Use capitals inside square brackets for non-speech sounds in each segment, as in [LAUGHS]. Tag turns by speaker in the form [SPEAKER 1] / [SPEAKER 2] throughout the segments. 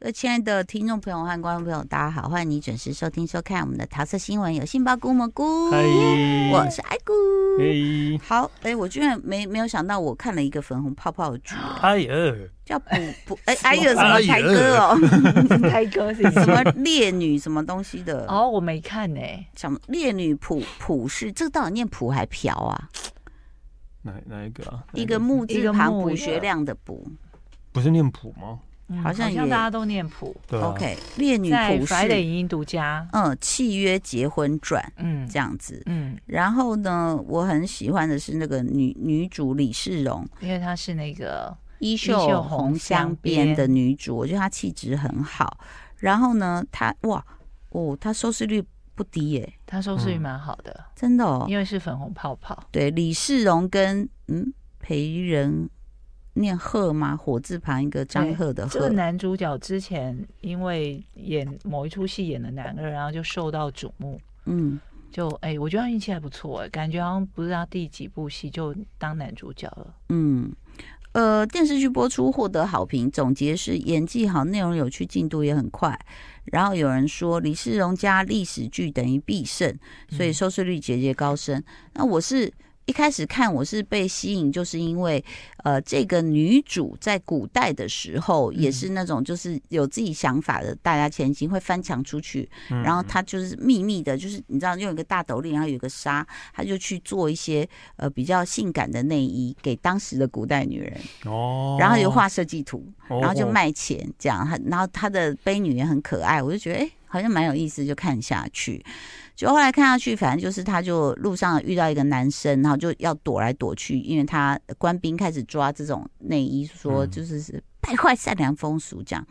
[SPEAKER 1] 呃，亲爱的听众朋友和观众朋友，大家好，欢迎你准时收听收看我们的桃色新闻，有杏鲍菇蘑菇，
[SPEAKER 2] 嗨，
[SPEAKER 1] 我是爱菇。
[SPEAKER 2] 嘿，
[SPEAKER 1] 好，哎、我居然没没有想到，我看了一个粉红泡泡的剧，
[SPEAKER 2] 哎呀，
[SPEAKER 1] 叫补补，
[SPEAKER 2] [LAUGHS]
[SPEAKER 1] 哎、哎呀，什么
[SPEAKER 2] 哎呀
[SPEAKER 1] 台哥
[SPEAKER 2] [LAUGHS]
[SPEAKER 1] 哦，
[SPEAKER 3] 开歌是不
[SPEAKER 1] 什
[SPEAKER 3] 是？
[SPEAKER 1] 么烈女什么东西的，
[SPEAKER 3] [LAUGHS] 哦，我没看呢、
[SPEAKER 1] 什么烈女普普氏，这个到底念普还朴啊？
[SPEAKER 2] 哪哪一个啊？哪
[SPEAKER 1] 一个木
[SPEAKER 3] 一
[SPEAKER 1] 字
[SPEAKER 3] 个
[SPEAKER 1] 旁
[SPEAKER 3] 木
[SPEAKER 1] 补
[SPEAKER 3] 一
[SPEAKER 1] 学
[SPEAKER 3] 个
[SPEAKER 1] 亮的补
[SPEAKER 2] 不是念谱吗？
[SPEAKER 3] 嗯
[SPEAKER 1] 好像也
[SPEAKER 3] 大家都念谱，
[SPEAKER 2] 对啊
[SPEAKER 1] ，OK，烈女
[SPEAKER 3] 在
[SPEAKER 1] 普
[SPEAKER 3] Friday
[SPEAKER 1] 氏，
[SPEAKER 3] 影音独家，
[SPEAKER 1] 嗯，契约结婚传
[SPEAKER 3] 嗯
[SPEAKER 1] 这样子。
[SPEAKER 3] 嗯，
[SPEAKER 1] 然后呢，我很喜欢的是那个女女主李世荣，
[SPEAKER 3] 因为它是那个
[SPEAKER 1] 衣
[SPEAKER 3] 袖
[SPEAKER 1] 袖
[SPEAKER 3] 红
[SPEAKER 1] 红
[SPEAKER 3] 镶
[SPEAKER 1] 镶边
[SPEAKER 3] 边
[SPEAKER 1] 的女主，我觉得她气质很好。然后呢，她哇哦，她收视率不低耶、
[SPEAKER 3] 它收视率
[SPEAKER 2] 嗯
[SPEAKER 3] 蛮好的，
[SPEAKER 1] 真的哦。
[SPEAKER 3] 因为是粉红泡泡，
[SPEAKER 1] 对，李世荣跟嗯裴仁念赫吗？火字旁一个张
[SPEAKER 3] 对
[SPEAKER 1] 赫的
[SPEAKER 3] 这
[SPEAKER 1] 赫
[SPEAKER 3] 个，男主角之前因为演某一出戏演的男二，然后就受到瞩目。
[SPEAKER 1] 嗯，
[SPEAKER 3] 就哎、我觉得他运气还不错哎、感觉好像不知道第几部戏就当男主角了。
[SPEAKER 1] 嗯，呃，电视剧播出获得好评，总结是演技好，内容有趣，进度也很快。然后有人说李世荣加历史剧等于必胜，所以收视率节节高升。那我是。一开始看我是被吸引，就是因为，呃，这个女主在古代的时候也是那种就是有自己想法的大家千金，会翻墙出去，
[SPEAKER 2] 嗯
[SPEAKER 1] 然后他就是秘密的，就是你知道用一个大斗笠，然后有一个纱，他就去做一些呃比较性感的内衣给当时的古代女人，
[SPEAKER 2] 哦，
[SPEAKER 1] 然后就画设计图，
[SPEAKER 2] 哦，
[SPEAKER 1] 然后就
[SPEAKER 2] 哦，
[SPEAKER 1] 卖钱这样。他然后他的悲女也很可爱，我就觉得哎、诶好像蛮有意思，就看下去。就后来看下去，反正就是他就路上遇到一个男生，然后就要躲来躲去，因为他官兵开始抓这种内衣，说
[SPEAKER 2] 嗯
[SPEAKER 1] 就是是败坏善良风俗这样。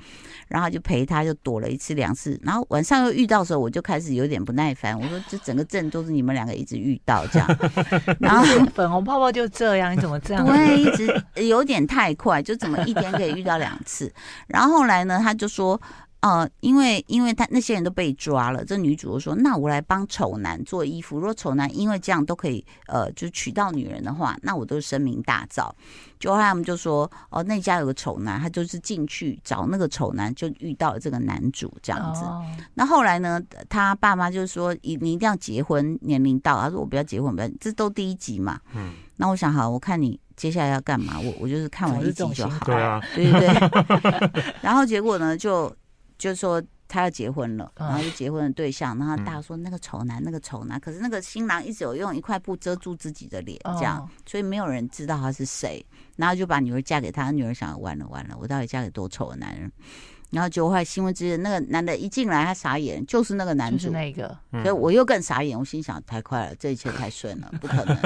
[SPEAKER 1] 然后他就陪他就躲了一次两次，然后晚上又遇到的时候，我就开始有点不耐烦，我说这整个镇都是你们两个一直遇到这样， [LAUGHS] 然后。
[SPEAKER 3] 粉红泡泡就这样，你怎么这样？
[SPEAKER 1] 对，一直有点太快，就怎么一天可以遇到两次？ [LAUGHS] 然后后来呢，他就说，呃，因为因为他那些人都被抓了，这女主就说，那我来帮丑男做衣服。如果丑男因为这样都可以，呃，就娶到女人的话，那我都声名大噪。就后来他们就说，哦，那家有个丑男，他就是进去找那个丑男，就遇到了这个男主这样子。
[SPEAKER 3] 哦，
[SPEAKER 1] 那后来呢，他爸妈就说，你你一定要结婚，年龄到。他说我不要结婚，不要，这都第一集嘛。
[SPEAKER 2] 嗯，
[SPEAKER 1] 那我想好，我看你接下来要干嘛，我我就是看完一集就好，
[SPEAKER 2] 对
[SPEAKER 3] 总
[SPEAKER 2] 啊，
[SPEAKER 1] 对对对。然后结果呢，就就说他要结婚了，
[SPEAKER 3] 嗯
[SPEAKER 1] 然后就结婚的对象，然后大家说那个丑男，那个丑男，可是那个新郎一直有用一块布遮住自己的脸，这样，
[SPEAKER 3] 哦
[SPEAKER 1] 所以没有人知道他是谁。然后就把女儿嫁给他，女儿想完了完了，我到底嫁给多丑的男人？然后结果后来新闻之夜，那个男的一进来，他傻眼，就是那个男
[SPEAKER 3] 就是
[SPEAKER 1] 主，
[SPEAKER 3] 那个，
[SPEAKER 2] 嗯
[SPEAKER 1] 所以我又更傻眼，我心想太快了，这一切太顺了，不可能。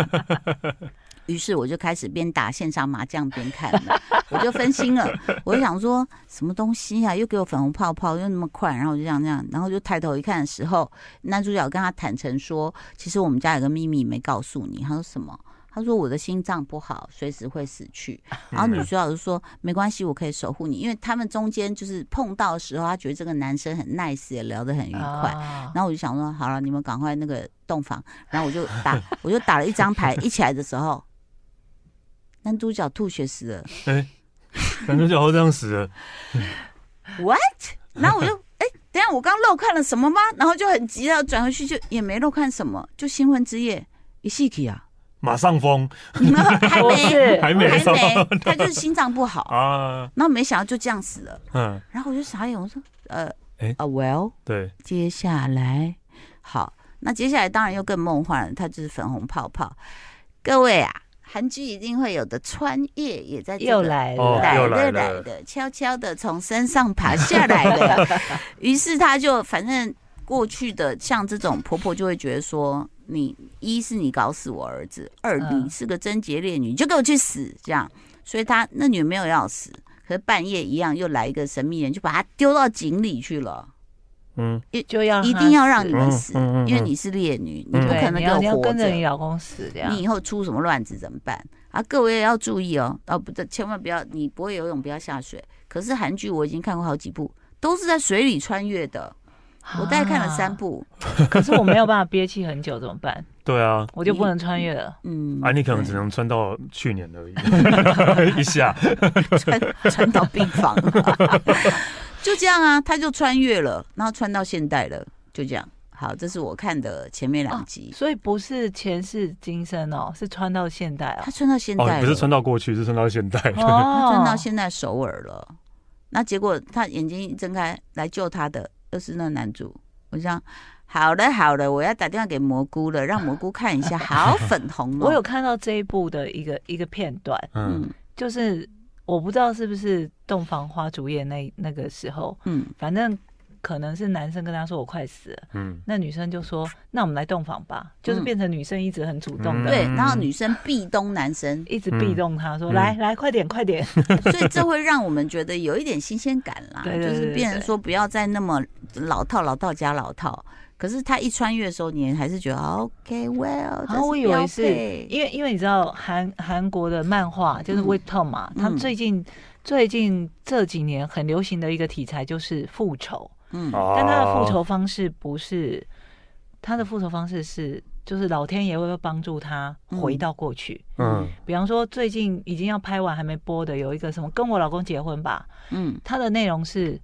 [SPEAKER 1] 于是我就开始边打线上麻将边看了，我就分心了。我就想说什么东西啊，又给我粉红泡泡，又那么快，然后我就这样这样，然后就抬头一看的时候，男主角跟他坦诚说，其实我们家有个秘密没告诉你。他说什么？他说我的心脏不好，随时会死去。
[SPEAKER 2] 嗯
[SPEAKER 1] 然后女主角就说：“没关系，我可以守护你。”因为他们中间就是碰到的时候，他觉得这个男生很 nice，也聊得很愉快。
[SPEAKER 3] 啊
[SPEAKER 1] 然后我就想说，好了，你们赶快那个洞房。然后我就打，我就打了一张牌。一起来的时候，男主角吐血死了。
[SPEAKER 2] 男主角都这样死了，
[SPEAKER 1] What？然后我就，哎、等一下我刚漏看了什么吗？然后就很急了，转回去就也没漏看什么，就新婚之夜一戏体啊， [LAUGHS]
[SPEAKER 2] 马上疯
[SPEAKER 1] 还
[SPEAKER 3] 不
[SPEAKER 1] 没，
[SPEAKER 3] 是
[SPEAKER 2] 还没
[SPEAKER 1] 还
[SPEAKER 2] 上
[SPEAKER 1] 没，他就是心脏不
[SPEAKER 2] [LAUGHS]
[SPEAKER 1] 好。
[SPEAKER 2] 啊，
[SPEAKER 1] 然后没想到就这样死了。
[SPEAKER 2] 嗯，
[SPEAKER 1] 然后我就傻眼，我说，呃，
[SPEAKER 2] 哎
[SPEAKER 1] 啊，Well。
[SPEAKER 2] 对，
[SPEAKER 1] 接下来，好，那接下来当然又更梦幻了，它就是粉红泡泡。各位啊，韩剧一定会有的穿越也在、这个、
[SPEAKER 3] 又来
[SPEAKER 2] 哦
[SPEAKER 3] 了，
[SPEAKER 1] 来
[SPEAKER 2] 又
[SPEAKER 1] 的
[SPEAKER 2] 来了
[SPEAKER 1] 来的，悄悄的从山上爬下来的。于是他就反正过去的像这种婆婆就会觉得说，你一是你搞死我儿子，二
[SPEAKER 3] 嗯
[SPEAKER 1] 你是个贞洁烈女，你就给我去死这样。所以她那女没有要死，可是半夜一样又来一个神秘人，就把她丢到井里去了。
[SPEAKER 2] 嗯，
[SPEAKER 3] 就要
[SPEAKER 1] 一
[SPEAKER 3] 他
[SPEAKER 1] 定要让
[SPEAKER 3] 死
[SPEAKER 1] 你们
[SPEAKER 2] 嗯
[SPEAKER 1] 死，
[SPEAKER 2] 嗯嗯
[SPEAKER 1] 因为
[SPEAKER 2] 嗯
[SPEAKER 1] 你是烈女，你
[SPEAKER 2] 嗯
[SPEAKER 1] 不
[SPEAKER 3] 对，
[SPEAKER 1] 可能给
[SPEAKER 3] 你要你要
[SPEAKER 1] 我活
[SPEAKER 3] 跟着
[SPEAKER 1] 着。
[SPEAKER 3] 你老公死这样。
[SPEAKER 1] 你以后出什么乱子怎么办啊？各位要注意哦，哦不对，千万不要，你不会游泳不要下水。可是韩剧我已经看过好几部，都是在水里穿越的，我大概看了三部。
[SPEAKER 3] 啊，可是 [LAUGHS] 我没有办法憋气很久，怎么办？
[SPEAKER 2] 对啊，
[SPEAKER 3] 我就不能穿越了。
[SPEAKER 1] 嗯，
[SPEAKER 2] 啊，你可能
[SPEAKER 1] 对
[SPEAKER 2] 只能穿到去
[SPEAKER 1] 嗯
[SPEAKER 2] [LAUGHS] 年而已，一下，
[SPEAKER 1] 穿穿到病房。 [LAUGHS] 就这样啊，他就穿越了，然后穿到现代了，就这样。好，这是我看的前面
[SPEAKER 3] 哦
[SPEAKER 1] 两集，
[SPEAKER 3] 所以不是前世今生哦，是穿到现代啊
[SPEAKER 1] 他穿到现代
[SPEAKER 2] 哦，
[SPEAKER 1] 了，
[SPEAKER 2] 不是穿到过去，是穿到现代。
[SPEAKER 3] 哦，
[SPEAKER 1] [LAUGHS] 他
[SPEAKER 3] 哦
[SPEAKER 1] 穿到现在首尔了。那结果他眼睛一睁开，来救他的又是那个男主。我想，好了好了，我要打电话给蘑菇了，让蘑菇看一下，好粉红哦。
[SPEAKER 3] [LAUGHS] 我有看到这一部的一个一个片段，
[SPEAKER 2] 嗯，
[SPEAKER 1] 嗯
[SPEAKER 3] 就是我不知道是不是洞房花烛夜那那个时候，
[SPEAKER 1] 嗯，
[SPEAKER 3] 反正可能是男生跟他说我快死了，
[SPEAKER 2] 嗯
[SPEAKER 3] 那女生就说那我们来洞房吧，就是变成女生一直很主动
[SPEAKER 1] 嗯
[SPEAKER 3] 的，
[SPEAKER 1] 对，
[SPEAKER 2] 嗯
[SPEAKER 1] 然后女生壁咚男
[SPEAKER 3] [LAUGHS]
[SPEAKER 1] 生，
[SPEAKER 3] 一直壁咚他说、
[SPEAKER 2] 嗯
[SPEAKER 3] 来来快点快点，
[SPEAKER 1] 所以这会让我们觉得有一点新鲜感啦，
[SPEAKER 3] 对对对
[SPEAKER 1] 就是变成说不要再那么老套老套加老套。可是他一穿越的时候，你还是觉得 OK，well，、
[SPEAKER 3] 然后啊我以为是
[SPEAKER 1] 对
[SPEAKER 3] 因为因为你知道韩韩国的漫画就是
[SPEAKER 1] 嗯
[SPEAKER 3] w e t o 嘛，他
[SPEAKER 1] 嗯
[SPEAKER 3] 最近最近这几年很流行的一个题材就是复仇，
[SPEAKER 1] 嗯，
[SPEAKER 2] 哦
[SPEAKER 3] 但他的复仇方式不是，他的复仇方式是，就是老天爷会帮助他回到过去。
[SPEAKER 2] 嗯
[SPEAKER 3] 比方说，最近已经要拍完还没播的，有一个什么《跟我老公结婚吧》，
[SPEAKER 1] 嗯
[SPEAKER 3] 它的内容是，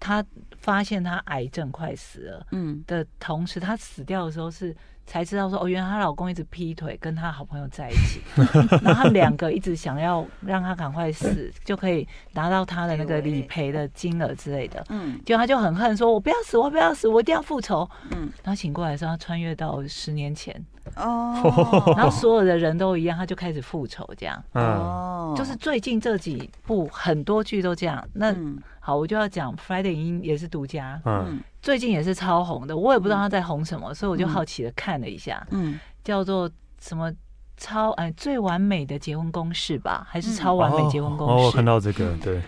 [SPEAKER 3] 他发现他癌症快死了
[SPEAKER 1] 嗯
[SPEAKER 3] 的同时，他死掉的时候是才知道说，哦，原来她老公一直劈腿，跟她好朋友在一起， [LAUGHS] 然后他们两个一直想要让他赶
[SPEAKER 1] [LAUGHS]
[SPEAKER 3] 快死，就可以拿到他的那个理赔的金额之类的。
[SPEAKER 1] 嗯
[SPEAKER 3] 就他就很恨，说我不要死，我不要死，我一定要复仇。
[SPEAKER 1] 嗯，
[SPEAKER 3] 然后醒过来的时候，他穿越到十年前，
[SPEAKER 1] 哦，
[SPEAKER 3] [LAUGHS] 然后所有的人都一样，他就开始复仇，这样。
[SPEAKER 2] 嗯
[SPEAKER 1] 哦
[SPEAKER 3] 就是最近这几部很多剧都这样。那、
[SPEAKER 1] 嗯
[SPEAKER 3] 好，我就要讲《Friday 音》也是独家，
[SPEAKER 2] 嗯
[SPEAKER 1] 嗯
[SPEAKER 3] 最近也是超红的，我也不知道他在红什么，所以我就好奇的看了一下，
[SPEAKER 1] 嗯
[SPEAKER 3] 叫做什么超哎最完美的结婚公式吧，还是
[SPEAKER 1] 嗯
[SPEAKER 3] 超完美结婚
[SPEAKER 2] 哦，
[SPEAKER 3] 公
[SPEAKER 2] 我
[SPEAKER 3] 式？
[SPEAKER 2] 看到这个，对，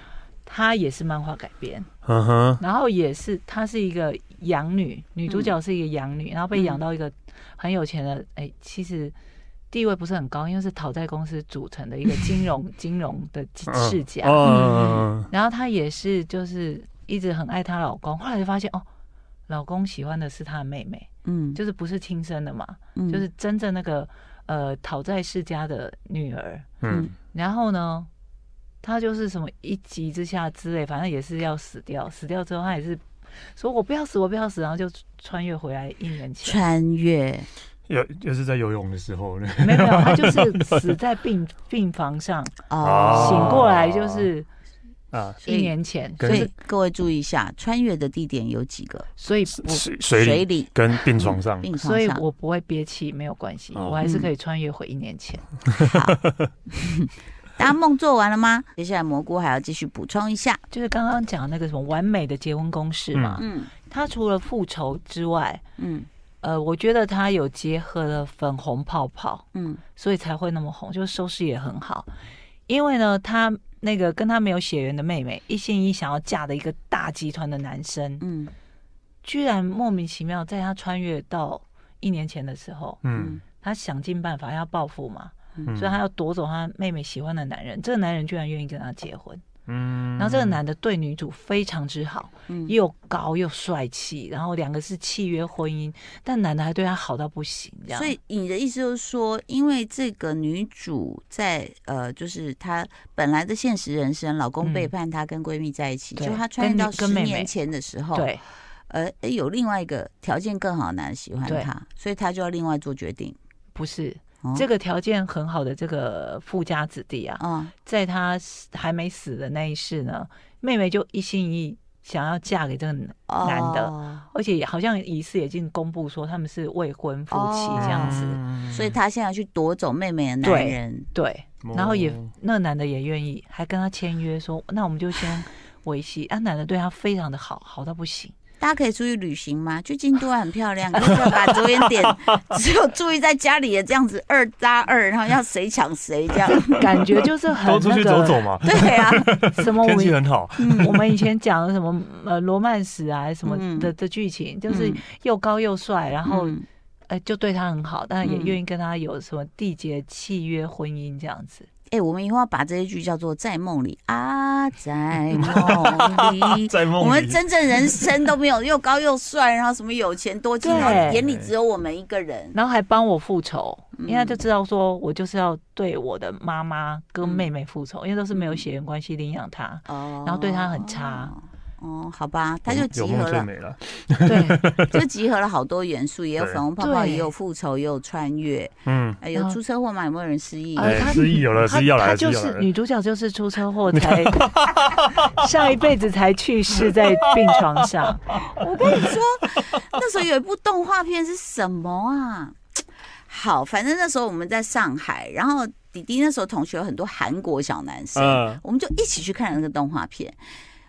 [SPEAKER 3] 它也是漫画改编。
[SPEAKER 2] 嗯哼，
[SPEAKER 3] 然后也是她是一个养女，女主角是一个养女，然后被养到一个很有钱的，哎、其实地位不是很高，因为是讨债公司组成的一个金融金融的
[SPEAKER 2] 嗯
[SPEAKER 3] 世家。
[SPEAKER 2] 哦，
[SPEAKER 3] 然后她也是就是一直很爱她老公，后来就发现哦，老公喜欢的是她的妹妹，
[SPEAKER 1] 嗯，
[SPEAKER 3] 就是不是亲生的嘛，
[SPEAKER 1] 嗯
[SPEAKER 3] 就是真正那个呃讨债世家的女儿。
[SPEAKER 2] 嗯
[SPEAKER 3] 然后呢，他就是什么一急之下之类，反正也是要死掉。死掉之后，他也是说我不要死，我不要死，然后就穿越回来一年前。
[SPEAKER 1] 穿越，
[SPEAKER 2] 又又是在游泳的时候 [LAUGHS] 呢，
[SPEAKER 3] 没有没有，
[SPEAKER 1] [LAUGHS]
[SPEAKER 3] 他就是死在病病房上，
[SPEAKER 1] 哦，
[SPEAKER 2] 哦
[SPEAKER 3] 醒过来就是
[SPEAKER 2] 啊，
[SPEAKER 1] 所
[SPEAKER 3] 一
[SPEAKER 1] 以
[SPEAKER 3] 年前，
[SPEAKER 2] 跟
[SPEAKER 1] 所以各位注意一下，穿越的地点有几个？
[SPEAKER 3] 所以不，
[SPEAKER 2] 水水里
[SPEAKER 1] 里、
[SPEAKER 2] 跟病床上，
[SPEAKER 1] 病
[SPEAKER 3] 所
[SPEAKER 1] 床
[SPEAKER 3] 以
[SPEAKER 1] 上。
[SPEAKER 3] 我不会憋气，没有关系，
[SPEAKER 2] 哦
[SPEAKER 3] 我
[SPEAKER 1] 嗯
[SPEAKER 3] 还是可以穿越回一年前。
[SPEAKER 1] [LAUGHS] 大家梦做完了吗？接下来蘑菇还要继续补充一下。
[SPEAKER 3] 就是刚刚讲那个什么完美的结婚公式嘛，
[SPEAKER 1] 嗯
[SPEAKER 3] 他除了复仇之外，
[SPEAKER 1] 嗯
[SPEAKER 3] 呃，我觉得他有结合了粉红泡泡。
[SPEAKER 1] 嗯
[SPEAKER 3] 所以才会那么红，就是收视也很好。因为呢，她那个跟她没有血缘的妹妹，一心一意想要嫁的一个大集团的男生，
[SPEAKER 1] 嗯
[SPEAKER 3] 居然莫名其妙在她穿越到一年前的时候，
[SPEAKER 2] 嗯
[SPEAKER 3] 她想尽办法要报复嘛，
[SPEAKER 2] 嗯，
[SPEAKER 3] 所以她要夺走她妹妹喜欢的男人。这个男人居然愿意跟她结婚，
[SPEAKER 2] 嗯，
[SPEAKER 3] 然后这个男的对女主非常之好，
[SPEAKER 1] 嗯，
[SPEAKER 3] 又高又帅气，然后两个是契约婚姻，但男的还对她好到不行，这样。
[SPEAKER 1] 所以你的意思就是说，因为这个女主在呃，就是她本来的现实人生，老公
[SPEAKER 3] 嗯
[SPEAKER 1] 背叛她，跟闺蜜在一起，
[SPEAKER 3] 对
[SPEAKER 1] 就她穿越
[SPEAKER 3] 跟
[SPEAKER 1] 到
[SPEAKER 3] 你
[SPEAKER 1] 十
[SPEAKER 3] 跟妹妹
[SPEAKER 1] 年前的时候，
[SPEAKER 3] 对
[SPEAKER 1] 呃，诶有另外一个条件更好的男人喜欢
[SPEAKER 3] 对
[SPEAKER 1] 她，所以她就要另外做决定。
[SPEAKER 3] 不是。
[SPEAKER 1] 哦
[SPEAKER 2] 嗯
[SPEAKER 3] 这个条件很好的这个富家子弟啊，
[SPEAKER 1] 啊，
[SPEAKER 3] 在他死还没死的那一世呢，妹妹就一心一意想要嫁给这个男，男的
[SPEAKER 1] 哦
[SPEAKER 3] 而且好像疑似已经公布说他们是未婚夫妻
[SPEAKER 1] 哦
[SPEAKER 3] 这样子。
[SPEAKER 2] 嗯
[SPEAKER 1] 所以她现在去夺走妹妹的男
[SPEAKER 3] 对
[SPEAKER 1] 人。
[SPEAKER 3] 对，
[SPEAKER 2] 哦
[SPEAKER 3] 然后也那个男的也愿意，还跟他签约说，那我们就先维系。啊，男的对他非常的好，好到
[SPEAKER 2] [LAUGHS]
[SPEAKER 3] 不行。
[SPEAKER 1] 大家可以出去旅行吗？去京都还啊很漂亮，可 [LAUGHS] 是要把着眼点 [LAUGHS] 只有注意在家里的这样子二搭二，然后要谁抢谁这
[SPEAKER 3] [LAUGHS]
[SPEAKER 1] 样。
[SPEAKER 3] 感觉就是很
[SPEAKER 2] 都出
[SPEAKER 3] 那
[SPEAKER 2] 去走走
[SPEAKER 3] 个
[SPEAKER 2] 嘛，
[SPEAKER 1] 对啊，
[SPEAKER 3] [LAUGHS] 什么
[SPEAKER 2] 天
[SPEAKER 3] 我
[SPEAKER 2] 气
[SPEAKER 3] 们嗯
[SPEAKER 2] 很好，”。
[SPEAKER 3] 我们以前讲的什么呃罗曼史啊什么
[SPEAKER 1] 嗯
[SPEAKER 3] 的的剧情，就是
[SPEAKER 1] 嗯
[SPEAKER 3] 又高又帅，然后
[SPEAKER 1] 嗯
[SPEAKER 3] 哎，就对他很好，但也
[SPEAKER 1] 嗯
[SPEAKER 3] 愿意跟他有什么缔结契约、婚姻这样子。
[SPEAKER 1] 哎、我们以后要把这一句叫做“在梦里啊，在梦里
[SPEAKER 2] 在梦
[SPEAKER 1] 我
[SPEAKER 2] 里，
[SPEAKER 1] 们真正人生都没有又高又帅，然后什么有钱多金，
[SPEAKER 3] 对
[SPEAKER 1] 然后眼里只有我们一个人。
[SPEAKER 3] 然后还帮我复仇，
[SPEAKER 1] 嗯嗯
[SPEAKER 3] 因为他就知道说我就是要对我的妈妈跟妹妹复仇，因为都是没有血缘关系领养他。
[SPEAKER 1] 哦
[SPEAKER 3] 然后对他很差
[SPEAKER 1] 哦，好吧，它就集合
[SPEAKER 2] 嗯有梦最
[SPEAKER 1] 了，
[SPEAKER 2] 美了。
[SPEAKER 3] 对，
[SPEAKER 1] 就集合了好多元素，也有
[SPEAKER 2] 对
[SPEAKER 1] 粉红泡泡，
[SPEAKER 3] 对
[SPEAKER 1] 也有复仇，也有穿越，
[SPEAKER 2] 嗯，
[SPEAKER 1] 哎，有
[SPEAKER 3] 啊
[SPEAKER 1] 出车祸嘛？有没有人失忆？
[SPEAKER 3] 啊
[SPEAKER 2] 哎
[SPEAKER 3] 他
[SPEAKER 2] 失忆有了，
[SPEAKER 3] 她
[SPEAKER 2] 失忆要来
[SPEAKER 3] 她
[SPEAKER 2] 了，失
[SPEAKER 3] 就
[SPEAKER 2] 忆要来
[SPEAKER 3] 是
[SPEAKER 2] 了。
[SPEAKER 3] 女主角，就是出车祸才 [LAUGHS] 上一辈子才去世在病
[SPEAKER 1] [LAUGHS]
[SPEAKER 3] 床上。
[SPEAKER 1] 我跟你说， [LAUGHS] 那时候有一部动画片是什么啊？好，反正那时候我们在上海，然后弟弟那时候同学有很多韩国小男生，
[SPEAKER 2] 嗯
[SPEAKER 1] 我们就一起去看了那个动画片。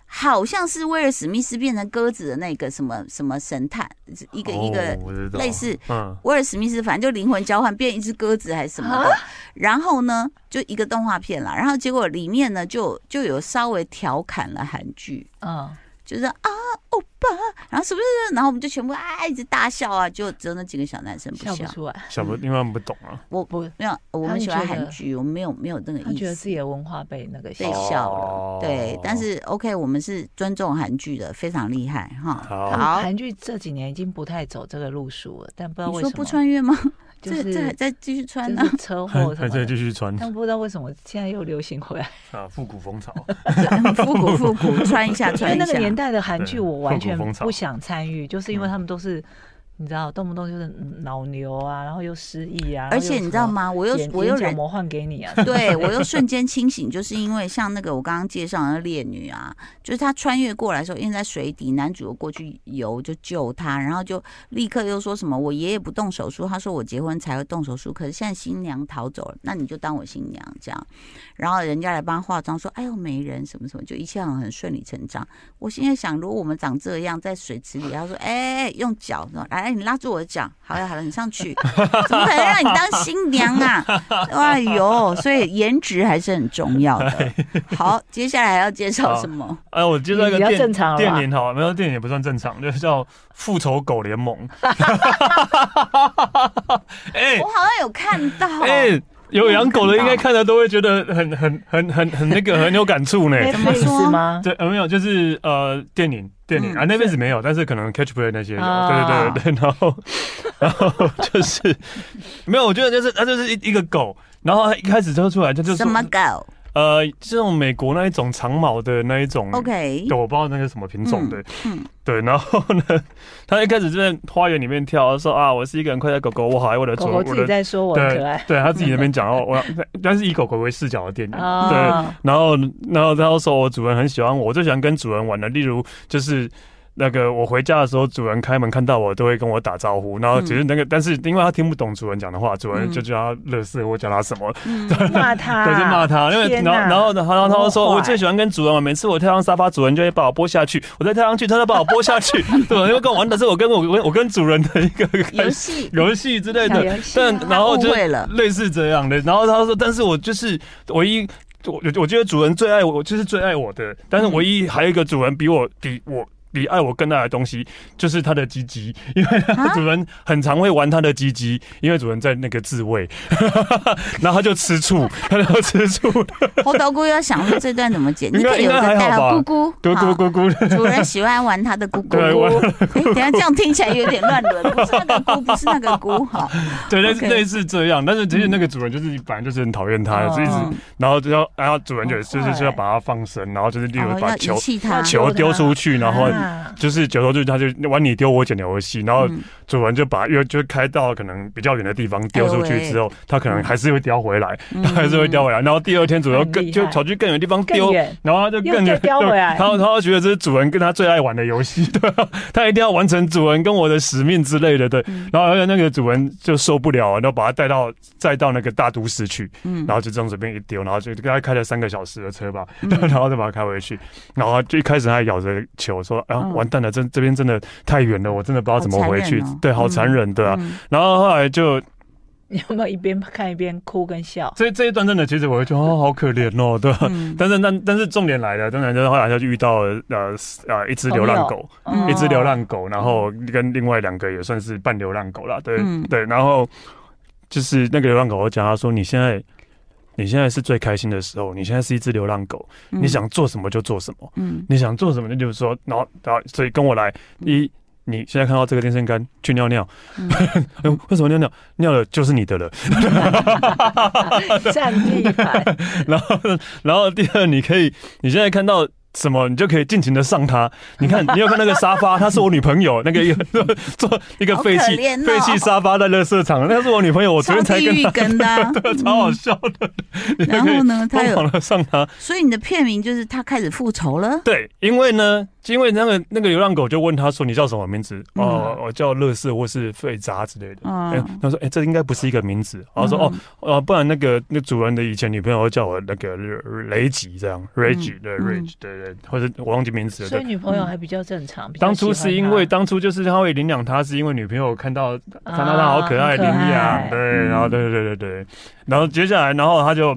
[SPEAKER 1] 好像是威尔史密斯变成鸽子的那个什么什么神探，一个一个
[SPEAKER 2] 哦我知道
[SPEAKER 1] 类似
[SPEAKER 2] 嗯，
[SPEAKER 1] 威尔史密斯，反正就灵魂交换变一只鸽子还是什么
[SPEAKER 3] 啊
[SPEAKER 1] 的。然后呢，就一个动画片啦。然后结果里面呢，就就有稍微调侃了韩剧，
[SPEAKER 3] 嗯，
[SPEAKER 1] 就是啊，欧巴，然后是不是？然后我们就全部啊一直大笑啊，就只有那几个小男生不
[SPEAKER 3] 笑
[SPEAKER 1] 笑。
[SPEAKER 3] 不出来，
[SPEAKER 2] 小朋友因为他们不懂啊，
[SPEAKER 1] 我
[SPEAKER 3] 不，
[SPEAKER 1] 没有，我
[SPEAKER 3] 他
[SPEAKER 1] 们
[SPEAKER 3] 们
[SPEAKER 1] 喜欢
[SPEAKER 3] 觉得
[SPEAKER 1] 韩剧，我们没有没有那个
[SPEAKER 3] 他觉
[SPEAKER 1] 意
[SPEAKER 3] 得
[SPEAKER 1] 思
[SPEAKER 3] 自。己的文化被那个
[SPEAKER 1] 被
[SPEAKER 3] 笑
[SPEAKER 2] 哦
[SPEAKER 1] 笑了，对，但是 OK，我们是尊重韩剧的，非常厉害哈。
[SPEAKER 3] 嗯
[SPEAKER 2] 好
[SPEAKER 1] 好，
[SPEAKER 3] 韩剧这几年已经不太走这个路数了，但不知道
[SPEAKER 1] 你
[SPEAKER 3] 为
[SPEAKER 1] 说
[SPEAKER 3] 什
[SPEAKER 1] 不
[SPEAKER 3] 么
[SPEAKER 1] 穿越吗？
[SPEAKER 3] [LAUGHS] 就
[SPEAKER 1] 这这还
[SPEAKER 3] 是
[SPEAKER 1] 在继续穿呢
[SPEAKER 3] 就？是车
[SPEAKER 2] 还 [LAUGHS]
[SPEAKER 3] 祸什
[SPEAKER 2] 还
[SPEAKER 3] 么
[SPEAKER 2] 在
[SPEAKER 3] 的
[SPEAKER 2] 继。续穿
[SPEAKER 3] 但不知道为什么现在又流行回 [LAUGHS] 来，
[SPEAKER 2] 啊，复古
[SPEAKER 3] [LAUGHS]
[SPEAKER 2] 风潮。
[SPEAKER 1] 复古复古， [LAUGHS] 穿一下
[SPEAKER 3] 因为
[SPEAKER 1] 穿一
[SPEAKER 3] 那个
[SPEAKER 1] 下
[SPEAKER 3] 年。代的韩剧
[SPEAKER 2] 对
[SPEAKER 3] 我完
[SPEAKER 2] 复古
[SPEAKER 3] 全
[SPEAKER 2] 风潮
[SPEAKER 3] 不想参与，就是因为
[SPEAKER 2] 嗯
[SPEAKER 3] 他们都是，你知道，动不动就是嗯脑瘤啊，然后又失忆啊，
[SPEAKER 1] 而且你知道
[SPEAKER 3] 吗？
[SPEAKER 1] 吗？我又
[SPEAKER 3] 眼
[SPEAKER 1] 我又
[SPEAKER 3] 眼角
[SPEAKER 1] 忍，
[SPEAKER 3] 膜换
[SPEAKER 2] [LAUGHS]
[SPEAKER 3] 给你啊， [LAUGHS]
[SPEAKER 1] 对我又瞬间清醒，就是因为像那个我刚刚介绍的那烈女啊，就是她穿越过来的时候，因为在水底，男主又过去游就救她，然后就立刻又说什么我爷爷不动手术，他说我结婚才会动手术，可是现在新娘逃走了，那你就当我新娘这样，然后人家来帮她化妆说哎呦没人什么什么，就一切好像很顺理成章。我现在想，如果我们长这样在水池里，他说哎、哎用脚来你拉住我的脚，好了好了你上去， [LAUGHS] 怎么可能让你当新娘啊？哎呦，所以颜值还是很重要的。好，接下来还要介绍什么？
[SPEAKER 2] 哎，我介绍一个
[SPEAKER 3] 比较
[SPEAKER 2] 电
[SPEAKER 3] 正常了吧
[SPEAKER 2] 电影好了，没有电影也不算正常，就是叫《复仇狗联盟》。哎
[SPEAKER 1] 我好像有看到，
[SPEAKER 2] 哎，有养狗的应该看了都会觉得很很很很很那个很有感
[SPEAKER 1] [LAUGHS]
[SPEAKER 2] 触呢。
[SPEAKER 1] 怎么说
[SPEAKER 3] 吗？
[SPEAKER 2] 对，呃，没有，就是呃，电影电影、
[SPEAKER 1] 嗯
[SPEAKER 2] 啊，那边是没有，但是可能 Catch Play 那些有，
[SPEAKER 3] 啊
[SPEAKER 2] 对对对对，然
[SPEAKER 1] 哦
[SPEAKER 2] 后然后 [LAUGHS] 就是没有，我觉得就是它就是一一个狗，然后它一开始就出来，它就是
[SPEAKER 1] 什么狗
[SPEAKER 2] 呃，这种美国那一种长毛的那一种
[SPEAKER 1] ？OK，
[SPEAKER 2] 对，我不知道那个什么品种的，
[SPEAKER 1] 嗯嗯
[SPEAKER 2] 对，然后呢， [LAUGHS] 它一开始就在花园里面跳，说啊，我是一个很快乐的狗狗，我好爱我的主
[SPEAKER 3] 狗狗
[SPEAKER 2] 我
[SPEAKER 3] 自己
[SPEAKER 2] 的。
[SPEAKER 3] 在说我很可
[SPEAKER 2] 对 [LAUGHS]
[SPEAKER 3] 爱，
[SPEAKER 2] 对，他自己那边讲哦， [LAUGHS] 我但是以狗狗为视角的电影，
[SPEAKER 1] 哦
[SPEAKER 2] 对，
[SPEAKER 3] 啊，
[SPEAKER 2] 然后，然后他又说我主人很喜欢我，我最喜欢跟主人玩的。例如，就是那个我回家的时候，主人开门看到我都会跟我打招呼。然
[SPEAKER 1] 嗯
[SPEAKER 2] 后只是那个，但是因为他听不懂主人讲的话，主人就叫他乐色或叫他什么，
[SPEAKER 1] 嗯，
[SPEAKER 2] [LAUGHS]
[SPEAKER 3] 骂他，
[SPEAKER 2] 对，就骂他。因为
[SPEAKER 3] 天
[SPEAKER 2] 然
[SPEAKER 3] 哪
[SPEAKER 2] 后，然后，然后，然后他就
[SPEAKER 3] 好
[SPEAKER 2] 说
[SPEAKER 3] 坏
[SPEAKER 2] 我最喜欢跟主人玩，每次我跳上沙发，主人就会把我拨下去；我再跳上去，他就把我拨
[SPEAKER 1] [LAUGHS]
[SPEAKER 2] 下去。对，因为跟我玩的是我跟我我我跟主人的一个
[SPEAKER 1] 游戏
[SPEAKER 2] [LAUGHS] 游戏之类
[SPEAKER 3] 小
[SPEAKER 2] 的
[SPEAKER 3] 游戏，
[SPEAKER 2] 但
[SPEAKER 1] 啊
[SPEAKER 2] 然后
[SPEAKER 1] 误
[SPEAKER 2] 就
[SPEAKER 1] 会了
[SPEAKER 2] 类似这样的。然后他说，但是我就是唯一，我我觉得主人最爱我，就是最爱我的。但是唯一还有一个主人比我比我。比爱我更爱的东西就是他的鸡鸡，因为他
[SPEAKER 1] 啊
[SPEAKER 2] 主人很常会玩他的鸡鸡，因为主人在那个自慰， [LAUGHS] 然后他就吃醋，他就吃醋，
[SPEAKER 1] 猴头菇要想说这段怎么剪，你
[SPEAKER 2] 应该
[SPEAKER 1] 可以有个
[SPEAKER 2] 应该还好
[SPEAKER 1] 代
[SPEAKER 2] 吧
[SPEAKER 1] 号咕咕，
[SPEAKER 2] 咕咕
[SPEAKER 1] 好
[SPEAKER 2] 咕咕的，
[SPEAKER 1] 主人喜欢玩他的咕咕
[SPEAKER 2] 对玩
[SPEAKER 1] 咕，哎，等一下这样听起来有点乱伦，不是那个咕，不是那个咕，哈，
[SPEAKER 2] 对，类似
[SPEAKER 1] OK
[SPEAKER 2] 类似这样。但是其实那个主人就是本来就是很讨厌他，
[SPEAKER 3] 哦
[SPEAKER 2] 就一直
[SPEAKER 1] 嗯，
[SPEAKER 2] 然后就要，然后主人就就
[SPEAKER 3] 好
[SPEAKER 2] 是
[SPEAKER 3] 坏
[SPEAKER 2] 就要把它放生，然后就是例
[SPEAKER 1] 然
[SPEAKER 2] 如
[SPEAKER 1] 哦后要
[SPEAKER 2] 把
[SPEAKER 1] 遗
[SPEAKER 2] 球
[SPEAKER 1] 弃他，
[SPEAKER 2] 球丢出去，然后
[SPEAKER 3] 啊
[SPEAKER 2] 就是球头就他就玩你丢我捡的游戏，然后
[SPEAKER 1] 嗯
[SPEAKER 2] 主人就把又就开到可能比较远的地方丢
[SPEAKER 3] 哎
[SPEAKER 2] 出去之后，他可能还是会叼回来， [LAUGHS] 他还是会叼回来，然后第二天主人
[SPEAKER 3] 嗯很
[SPEAKER 2] 更
[SPEAKER 3] 厉
[SPEAKER 2] 就
[SPEAKER 3] 害
[SPEAKER 2] 跑去更远的地方
[SPEAKER 3] 更
[SPEAKER 2] 丢。
[SPEAKER 3] 远，
[SPEAKER 2] 然后他就更远
[SPEAKER 3] 又再叼回来
[SPEAKER 2] 对 [LAUGHS] 他他觉得这是主人跟他最爱玩的游戏，对吧？他一定要完成主人跟我的使命之类的，对。
[SPEAKER 1] 嗯
[SPEAKER 2] 然后那个主人就受不了，然后把他带到再到那个大都市去，
[SPEAKER 1] 嗯
[SPEAKER 2] 然后就这样随便一丢，然后就大概开了三个小时的车吧，
[SPEAKER 1] 嗯
[SPEAKER 2] [LAUGHS] 然后再把它开回去，然后就一开始还咬着球说：“啊，
[SPEAKER 1] 嗯
[SPEAKER 2] 完蛋了，这这边真的太远了，我真的不知道怎么回去。
[SPEAKER 1] 好残忍哦
[SPEAKER 2] 对，好残忍，对啊。
[SPEAKER 1] 嗯
[SPEAKER 2] 然后后来就
[SPEAKER 3] 你有没有一边看一边哭跟笑？
[SPEAKER 2] 这这一段真的，其实我会觉得哦，好可怜哦，对吧、
[SPEAKER 1] 嗯
[SPEAKER 2] 但是但但是重点来了，当然就是后来他就遇到了呃呃一只流浪狗，
[SPEAKER 1] 嗯
[SPEAKER 2] 一只流浪狗，然后跟另外两个也算是半流浪狗啦，对、
[SPEAKER 1] 嗯
[SPEAKER 2] 对，然后就是那个流浪狗，我讲他说你现在你现在是最开心的时候，你现在是一只流浪狗，
[SPEAKER 1] 嗯
[SPEAKER 2] 你想做什么就做什么，
[SPEAKER 1] 嗯
[SPEAKER 2] 你想做什么就是说，然后然后所以跟我来一。你现在看到这个电线杆去尿尿，
[SPEAKER 1] 嗯
[SPEAKER 2] [LAUGHS] 哎为什么尿尿？尿了就是你的了。 [LAUGHS]
[SPEAKER 3] 嗯占地盘，
[SPEAKER 2] 然后，然后第二，你可以，你现在看到什么，你就可以尽情的上她。你看，你有看那个沙发，她是我女朋友，那个一个 [LAUGHS] 做一个废
[SPEAKER 1] 好可
[SPEAKER 2] 弃
[SPEAKER 1] 怜哦
[SPEAKER 2] 废弃沙发在乐色场，那是我女朋友，我昨
[SPEAKER 1] 超
[SPEAKER 2] 天才
[SPEAKER 1] 地
[SPEAKER 2] 跟
[SPEAKER 1] 狱
[SPEAKER 2] 她，
[SPEAKER 1] 梗的
[SPEAKER 2] [LAUGHS]
[SPEAKER 1] 啊、
[SPEAKER 2] 超好笑的。你
[SPEAKER 1] [LAUGHS]
[SPEAKER 2] 就
[SPEAKER 1] 然
[SPEAKER 2] 啊可
[SPEAKER 1] 后呢，他
[SPEAKER 2] 以疯
[SPEAKER 1] 有，
[SPEAKER 2] 狂的上她。
[SPEAKER 1] 所以你的片名就是他开始复仇了。
[SPEAKER 2] 对，因为呢，因为那个那个流浪狗就问他说：“你叫什么名字？”
[SPEAKER 1] 嗯
[SPEAKER 2] 哦，我叫乐色或是废渣之类的。
[SPEAKER 1] 嗯
[SPEAKER 2] 哎他说：“哎、这应该不是一个名字。”然后说：“哦，
[SPEAKER 3] 嗯
[SPEAKER 2] 哦，不然那个那主人的以前女朋友会叫我那个雷吉这样，Rage 对
[SPEAKER 1] 嗯
[SPEAKER 2] Rage 对对，或者我忘记名字了。
[SPEAKER 3] 所以
[SPEAKER 2] 对，嗯
[SPEAKER 3] 女朋友还比较正常。比较
[SPEAKER 2] 当初
[SPEAKER 3] 喜欢
[SPEAKER 2] 是因为
[SPEAKER 3] 他
[SPEAKER 2] 当初就是他会领养他，是因为女朋友看到看到他好可爱，
[SPEAKER 3] 啊
[SPEAKER 2] 领养
[SPEAKER 3] 很可爱嗯
[SPEAKER 2] 对，然后对对对对对，然后接下来然后他就。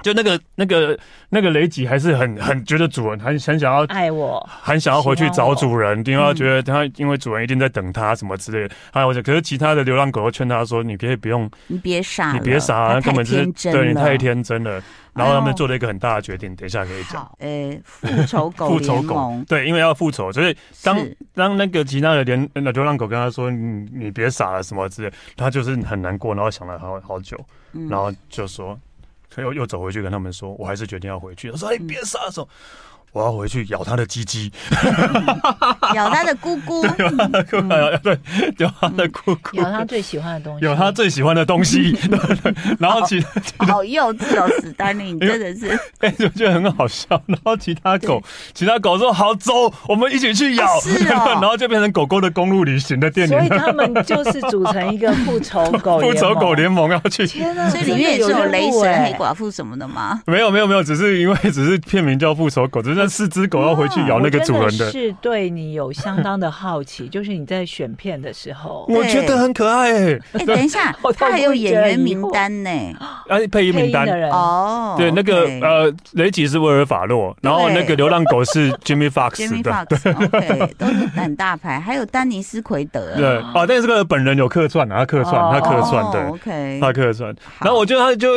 [SPEAKER 2] 就那个那个那个雷吉还是很很觉得主人很很想要
[SPEAKER 3] 爱我，
[SPEAKER 2] 很想要回去找主人，因为他觉得他因为主人一定在等他什么之类的。还有，可是其他的流浪狗都劝他说：“你可以不用，
[SPEAKER 1] 你别傻了，
[SPEAKER 2] 你别傻
[SPEAKER 1] 他
[SPEAKER 2] 了，
[SPEAKER 1] 太
[SPEAKER 2] 根本就是
[SPEAKER 1] 天真
[SPEAKER 2] 对你
[SPEAKER 1] 了
[SPEAKER 2] 太天真了。”然后他
[SPEAKER 1] 哎
[SPEAKER 2] 们
[SPEAKER 1] 呦
[SPEAKER 2] 做了一个很大的决定，等一下可以讲。
[SPEAKER 1] 好，呃，复
[SPEAKER 2] [LAUGHS]
[SPEAKER 1] 仇狗
[SPEAKER 2] 复仇
[SPEAKER 1] 联
[SPEAKER 2] 狗
[SPEAKER 1] 盟，
[SPEAKER 2] 对，因为要复仇，所以当
[SPEAKER 1] 是
[SPEAKER 2] 当那个其他的连那流浪狗跟他说：“你你别傻啊了什么之类的”，他就是很难过，然后想了好好久，
[SPEAKER 1] 嗯
[SPEAKER 2] 然后就说，可又又走回去跟他们说：“我还是决定要回去。”他说：“哎，
[SPEAKER 1] 嗯
[SPEAKER 2] 别傻了，说我要回去咬他的鸡鸡。”
[SPEAKER 1] 咬他的姑姑，
[SPEAKER 2] [LAUGHS] 对，有他的姑 [LAUGHS] 姑，
[SPEAKER 3] 有他最喜欢的东西，
[SPEAKER 2] 有他最喜欢的东西， [LAUGHS] 然后其他
[SPEAKER 1] 好幼稚哦，史丹利，你真的是
[SPEAKER 2] [LAUGHS] 啊哎，我觉得很好笑。 [LAUGHS] 然后其他狗，其他狗说好走，我们一起去咬
[SPEAKER 1] 啊，是哦
[SPEAKER 2] [LAUGHS] 然后就变成狗狗的公路旅行的电
[SPEAKER 3] 所以
[SPEAKER 2] 影，
[SPEAKER 3] 他们就是组成一个复仇狗
[SPEAKER 2] [LAUGHS] 复仇狗联盟要去。
[SPEAKER 3] 天啊，
[SPEAKER 1] 所以里面也是有雷
[SPEAKER 3] 真的
[SPEAKER 1] 神、
[SPEAKER 3] 任务
[SPEAKER 1] 黑
[SPEAKER 3] 欸
[SPEAKER 1] 寡妇什么的
[SPEAKER 2] [LAUGHS]
[SPEAKER 1] 吗？
[SPEAKER 2] 没有没有没有，只是因为只是片名叫复仇狗，只是那四只狗要回去咬那个主
[SPEAKER 3] 我
[SPEAKER 2] 人
[SPEAKER 3] 真的
[SPEAKER 2] 的。
[SPEAKER 3] 是对你有相当的好
[SPEAKER 2] [LAUGHS]
[SPEAKER 3] 奇，就是你在选片的时候，
[SPEAKER 2] 我觉得很可爱哎，
[SPEAKER 1] 哎，等一下，
[SPEAKER 3] 我
[SPEAKER 1] 他还有演员名单呢。
[SPEAKER 2] 哎，配音
[SPEAKER 3] 配
[SPEAKER 2] 名
[SPEAKER 3] 音
[SPEAKER 2] 单
[SPEAKER 3] 的人，
[SPEAKER 1] 哦，
[SPEAKER 2] 对那个
[SPEAKER 1] OK
[SPEAKER 2] 呃，雷吉是威尔法洛，然后那个流浪狗是 Jimmy Fox
[SPEAKER 1] ，Jamie
[SPEAKER 2] 的， [LAUGHS]
[SPEAKER 1] Fox，OK，都是很大牌，还有丹尼斯奎德，啊
[SPEAKER 2] 对，哦，但是这个本人有客串啊，他客串，
[SPEAKER 3] 哦
[SPEAKER 2] 他客串，
[SPEAKER 1] 哦
[SPEAKER 2] 对，
[SPEAKER 1] ，OK，
[SPEAKER 2] 他客串。
[SPEAKER 1] 好
[SPEAKER 2] 然后我觉得他就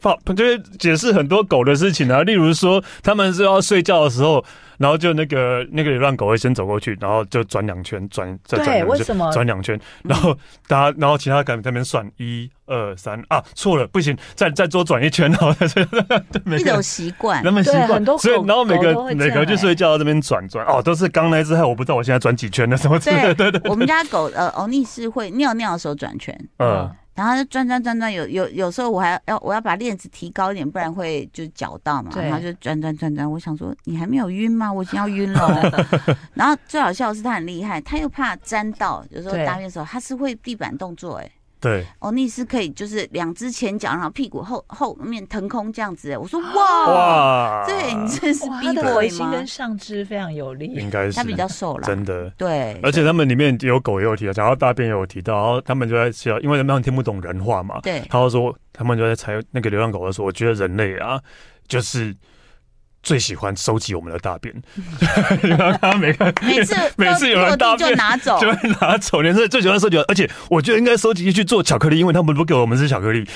[SPEAKER 2] 跑，就是解释很多狗的事情啊，例如说他们是要睡觉的时候，然后就那个那个流浪狗会先走过去，然后就转两圈，转再转
[SPEAKER 3] 对，
[SPEAKER 2] 两
[SPEAKER 3] 为
[SPEAKER 2] 圈，
[SPEAKER 3] 什么？嗯
[SPEAKER 2] 转两圈，然后大家，然后其他赶在那边算一二三啊，错了，不行，再再多转一圈，然后再 [LAUGHS] 对每
[SPEAKER 1] 一
[SPEAKER 2] 个人
[SPEAKER 1] 种习惯
[SPEAKER 2] 那，么习
[SPEAKER 3] 对
[SPEAKER 2] 惯
[SPEAKER 3] 很，多狗
[SPEAKER 2] 所以然后每
[SPEAKER 3] 狗都会
[SPEAKER 2] 个
[SPEAKER 3] 这样
[SPEAKER 2] 每个去睡觉，这边转转，哦，都是刚那一只害我不知道我现在转几圈了，什么之类的， [LAUGHS] 对对，
[SPEAKER 1] 我们家狗呃，欧尼是会尿尿的时候转圈，
[SPEAKER 2] 嗯。
[SPEAKER 1] 然后它就转转转转，有有有时候我还要我要把链子提高一点，不然会就绞到嘛。
[SPEAKER 3] 对
[SPEAKER 1] 然后就转转转转，我想说你还没有晕吗？我已经要晕了哦。
[SPEAKER 2] [LAUGHS]
[SPEAKER 1] 然后最好笑的是它很厉害，它又怕沾到，有时候
[SPEAKER 3] 对
[SPEAKER 1] 大便的时候它是会地板动作哎、
[SPEAKER 2] 对，
[SPEAKER 1] 哦，你是可以就是两只前脚，然后屁股后后面腾空这样子哎、我
[SPEAKER 2] [GASPS]
[SPEAKER 1] 说哇，
[SPEAKER 2] 哇，
[SPEAKER 1] 对你这是
[SPEAKER 3] 哇，
[SPEAKER 1] 逼
[SPEAKER 3] 他的
[SPEAKER 1] 我
[SPEAKER 3] 核心
[SPEAKER 1] 吗？
[SPEAKER 3] 跟上肢非常有力
[SPEAKER 2] 应，该是
[SPEAKER 1] 它比较瘦了，
[SPEAKER 2] 真的。
[SPEAKER 1] 对，
[SPEAKER 2] 而且他们里面有狗也有提到，然后大便也有提到，然后他们就在笑，因为他们听不懂人话嘛。
[SPEAKER 1] 对
[SPEAKER 2] 他就说他们就在猜那个流浪狗就说，我觉得人类啊，就是最喜欢收集我们的大便， [LAUGHS] 然后他每个
[SPEAKER 1] 每
[SPEAKER 2] [LAUGHS]
[SPEAKER 1] 次
[SPEAKER 2] 每次有人
[SPEAKER 1] 落
[SPEAKER 2] 大
[SPEAKER 1] 地就
[SPEAKER 2] 便。
[SPEAKER 1] 拿 [LAUGHS] 走，
[SPEAKER 2] 就会拿走，连最最喜欢收集，而且我觉得应该收集去做巧克力，因为他们不给我们吃巧克力。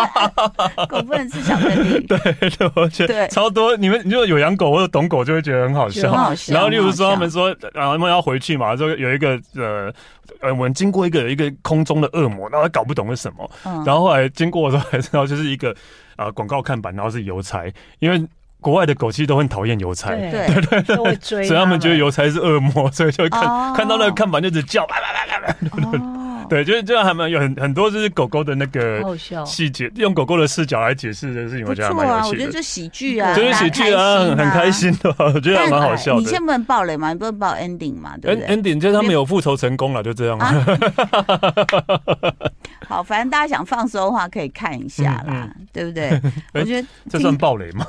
[SPEAKER 2] [LAUGHS]
[SPEAKER 1] 狗不能吃巧克力。
[SPEAKER 2] 对，对，我觉
[SPEAKER 1] 对啊
[SPEAKER 2] 得超多。你们如果有养狗或者懂狗，就会觉得很好
[SPEAKER 3] 觉得
[SPEAKER 2] 笑
[SPEAKER 3] 很。
[SPEAKER 1] 好笑
[SPEAKER 2] 然后，例如
[SPEAKER 1] 很好笑
[SPEAKER 2] 说他们说，然后他们要回去嘛，就有一个呃呃，我们经过一个一个空中的恶魔，然后他搞不懂是什么。
[SPEAKER 1] 嗯
[SPEAKER 2] 然后后来经过的时候才知道，就是一个啊广告看板，然后是邮差，因为国外的狗其实都很讨厌邮差。
[SPEAKER 1] 对
[SPEAKER 3] 对，都会追，
[SPEAKER 2] 所以他们觉得。邮差是恶魔， [LAUGHS] 所以就看、
[SPEAKER 1] 哦
[SPEAKER 2] 看到那个看板就只叫，叭叭叭叭叭
[SPEAKER 1] 哦，
[SPEAKER 2] 对，就是这样，还蛮有很很多就是狗狗的那
[SPEAKER 3] 好
[SPEAKER 2] 个 [LAUGHS]
[SPEAKER 3] 好笑，
[SPEAKER 2] 细节，用狗狗的视角来解释这个事情，我
[SPEAKER 1] 不
[SPEAKER 2] 觉
[SPEAKER 1] 错
[SPEAKER 2] 得还蛮有
[SPEAKER 1] 啊，
[SPEAKER 2] 趣的。
[SPEAKER 1] 我觉得就喜剧啊，
[SPEAKER 2] 就是喜剧
[SPEAKER 1] 大
[SPEAKER 2] 啊，
[SPEAKER 1] 家
[SPEAKER 2] 很很开。心的，我觉得还蛮好笑
[SPEAKER 1] 啊你
[SPEAKER 2] 的哎
[SPEAKER 1] 先。不能爆雷嘛，你不能爆 ending 嘛，对不
[SPEAKER 2] End
[SPEAKER 1] 对？
[SPEAKER 2] ending 就是他们有复仇成功了，就这样 [LAUGHS] 了。
[SPEAKER 1] 啊好，反正大家想放松的话，可以看一下啦，对不
[SPEAKER 2] [LAUGHS]
[SPEAKER 1] 对？我觉得
[SPEAKER 2] 嗯哎这算暴雷吗？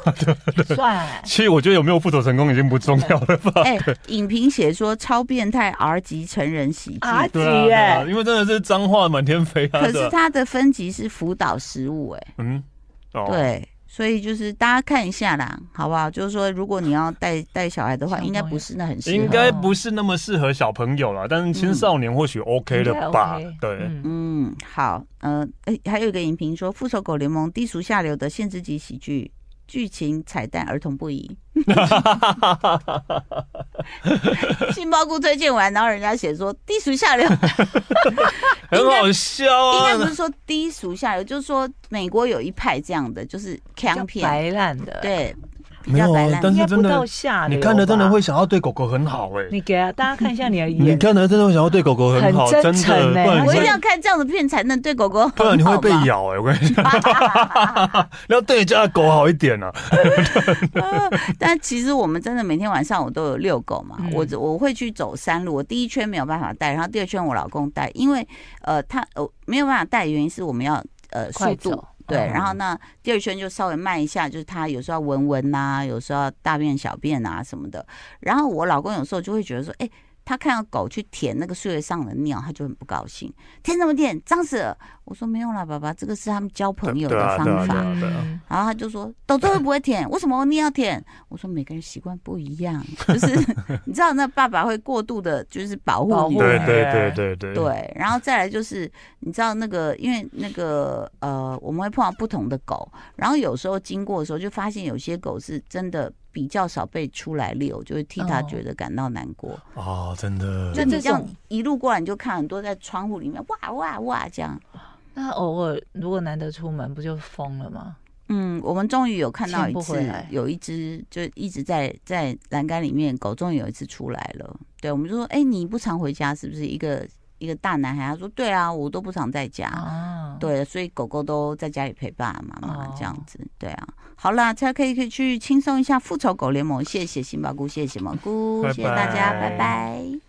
[SPEAKER 3] 算
[SPEAKER 2] [LAUGHS] 其实我觉得有没有复仇成功已经不重要了
[SPEAKER 1] [LAUGHS]
[SPEAKER 2] 吧。
[SPEAKER 1] 哎，影评写说超变态 R 级成人喜剧，
[SPEAKER 3] 阿吉
[SPEAKER 2] 对啊对啊，
[SPEAKER 3] 耶，
[SPEAKER 2] 因为真的是脏话满天飞啊。
[SPEAKER 1] 可
[SPEAKER 2] 对
[SPEAKER 1] 是
[SPEAKER 2] 啊
[SPEAKER 1] 它的分级是辅导食物，哎，
[SPEAKER 2] 嗯，哦，
[SPEAKER 1] 对。所以就是大家看一下啦，好不好？就是说，如果你要带 [LAUGHS] 带小孩的话，
[SPEAKER 3] 小
[SPEAKER 1] 应该
[SPEAKER 3] 朋友
[SPEAKER 1] 不是啊那很适合。
[SPEAKER 2] 应该不是那么适合小朋友了，但是青少年或许 OK 了啊吧
[SPEAKER 3] 应？该 OK，
[SPEAKER 2] 对，
[SPEAKER 3] 嗯
[SPEAKER 1] 嗯，好，呃，诶还有一个影评说，《复仇狗联盟》低俗下流的限制级喜剧，剧情彩蛋儿童不宜。 [LAUGHS] 杏鲍菇推荐完，然后人家写说低俗下流，应该
[SPEAKER 2] [LAUGHS] 很好笑
[SPEAKER 1] 该不
[SPEAKER 2] 啊。
[SPEAKER 1] 是说低俗下流，就是说美国有一派这样的，就是
[SPEAKER 3] 叫
[SPEAKER 1] 强片，
[SPEAKER 3] 白烂的，
[SPEAKER 1] 对，比较摆烂
[SPEAKER 2] 啊但
[SPEAKER 3] 应
[SPEAKER 2] 是
[SPEAKER 3] 该
[SPEAKER 2] 真
[SPEAKER 3] 不
[SPEAKER 2] 的
[SPEAKER 3] 到下流
[SPEAKER 2] 你看了真的
[SPEAKER 3] 吧
[SPEAKER 2] 会想要对狗狗很好哎、
[SPEAKER 3] 你给啊大家看一下你的
[SPEAKER 2] [LAUGHS] 你
[SPEAKER 3] 眼，
[SPEAKER 2] 看了真的会想要对狗狗很好，真
[SPEAKER 3] 很真诚
[SPEAKER 2] 的，不
[SPEAKER 3] 欸
[SPEAKER 2] 然你
[SPEAKER 1] 我一定
[SPEAKER 2] 会
[SPEAKER 1] 要看这样的片才能对狗狗
[SPEAKER 2] 不然你会被
[SPEAKER 1] [LAUGHS] 咬。
[SPEAKER 2] 咬哎、我跟你讲， [LAUGHS] 要对人家的狗好一点啊。
[SPEAKER 1] [LAUGHS] 但其实我们真的每天晚上我都有遛狗嘛，
[SPEAKER 3] 嗯
[SPEAKER 1] 我我会去走山路，我第一圈没有办法带，然后第二圈我老公带，因为呃他呃没有办法带的原因是我们要呃速
[SPEAKER 3] 快
[SPEAKER 1] 度
[SPEAKER 3] 走。
[SPEAKER 1] 对，
[SPEAKER 2] 嗯
[SPEAKER 1] 然后那第二圈就稍微慢一下，就是他有时候要闻闻呐，有时候要大便小便啊什么的。然后我老公有时候就会觉得说，哎、他看到狗去舔那个树叶上的尿，他就很不高兴，舔什么舔，脏死了！我说没有啦，爸爸，这个是他们交朋友
[SPEAKER 2] 对
[SPEAKER 1] 的
[SPEAKER 2] 啊
[SPEAKER 1] 方
[SPEAKER 2] 对啊
[SPEAKER 1] 法。
[SPEAKER 2] 对啊
[SPEAKER 1] 然后他就说：“抖抖会不会舔？为什么你要舔？”我说：“每个人习惯不一样，就是 [LAUGHS] 你知道，那爸爸会过度的，就是保护
[SPEAKER 3] 保
[SPEAKER 1] 你。
[SPEAKER 3] 护
[SPEAKER 2] 对
[SPEAKER 3] 对
[SPEAKER 2] 对对对对
[SPEAKER 1] 对，然后再来就是，你知道那个，因为那个呃，我们会碰到不同的狗，然后有时候经过的时候，就发现有些狗是真的比较少被出来遛，就会替它
[SPEAKER 3] 哦
[SPEAKER 1] 觉得感到难过。
[SPEAKER 2] 哦，真的，
[SPEAKER 1] 就
[SPEAKER 3] 那
[SPEAKER 1] 你
[SPEAKER 3] 这
[SPEAKER 1] 这样
[SPEAKER 3] 种
[SPEAKER 1] 一路过来，你就看很多在窗户里面哇哇哇这样。
[SPEAKER 3] 那偶尔如果难得出门，不就疯了吗？
[SPEAKER 1] 嗯，我们终于有看到
[SPEAKER 3] 牵
[SPEAKER 1] 一
[SPEAKER 3] 不
[SPEAKER 1] 次
[SPEAKER 3] 回来，
[SPEAKER 1] 有一只就一直在在栏杆里面，狗终于有一次出来了。对，我们就说，哎、你不常回家是不是？一个一个大男孩，他说，对啊，我都不常在家。
[SPEAKER 3] 啊，
[SPEAKER 1] 对，所以狗狗都在家里陪爸爸妈妈
[SPEAKER 3] 哦
[SPEAKER 1] 这样子，对啊。好啦，大家可以可以去轻松一下《复仇狗联盟》，谢谢辛巴菇，谢谢蘑菇，
[SPEAKER 2] 拜
[SPEAKER 1] 谢谢大家，
[SPEAKER 2] 拜
[SPEAKER 1] 拜拜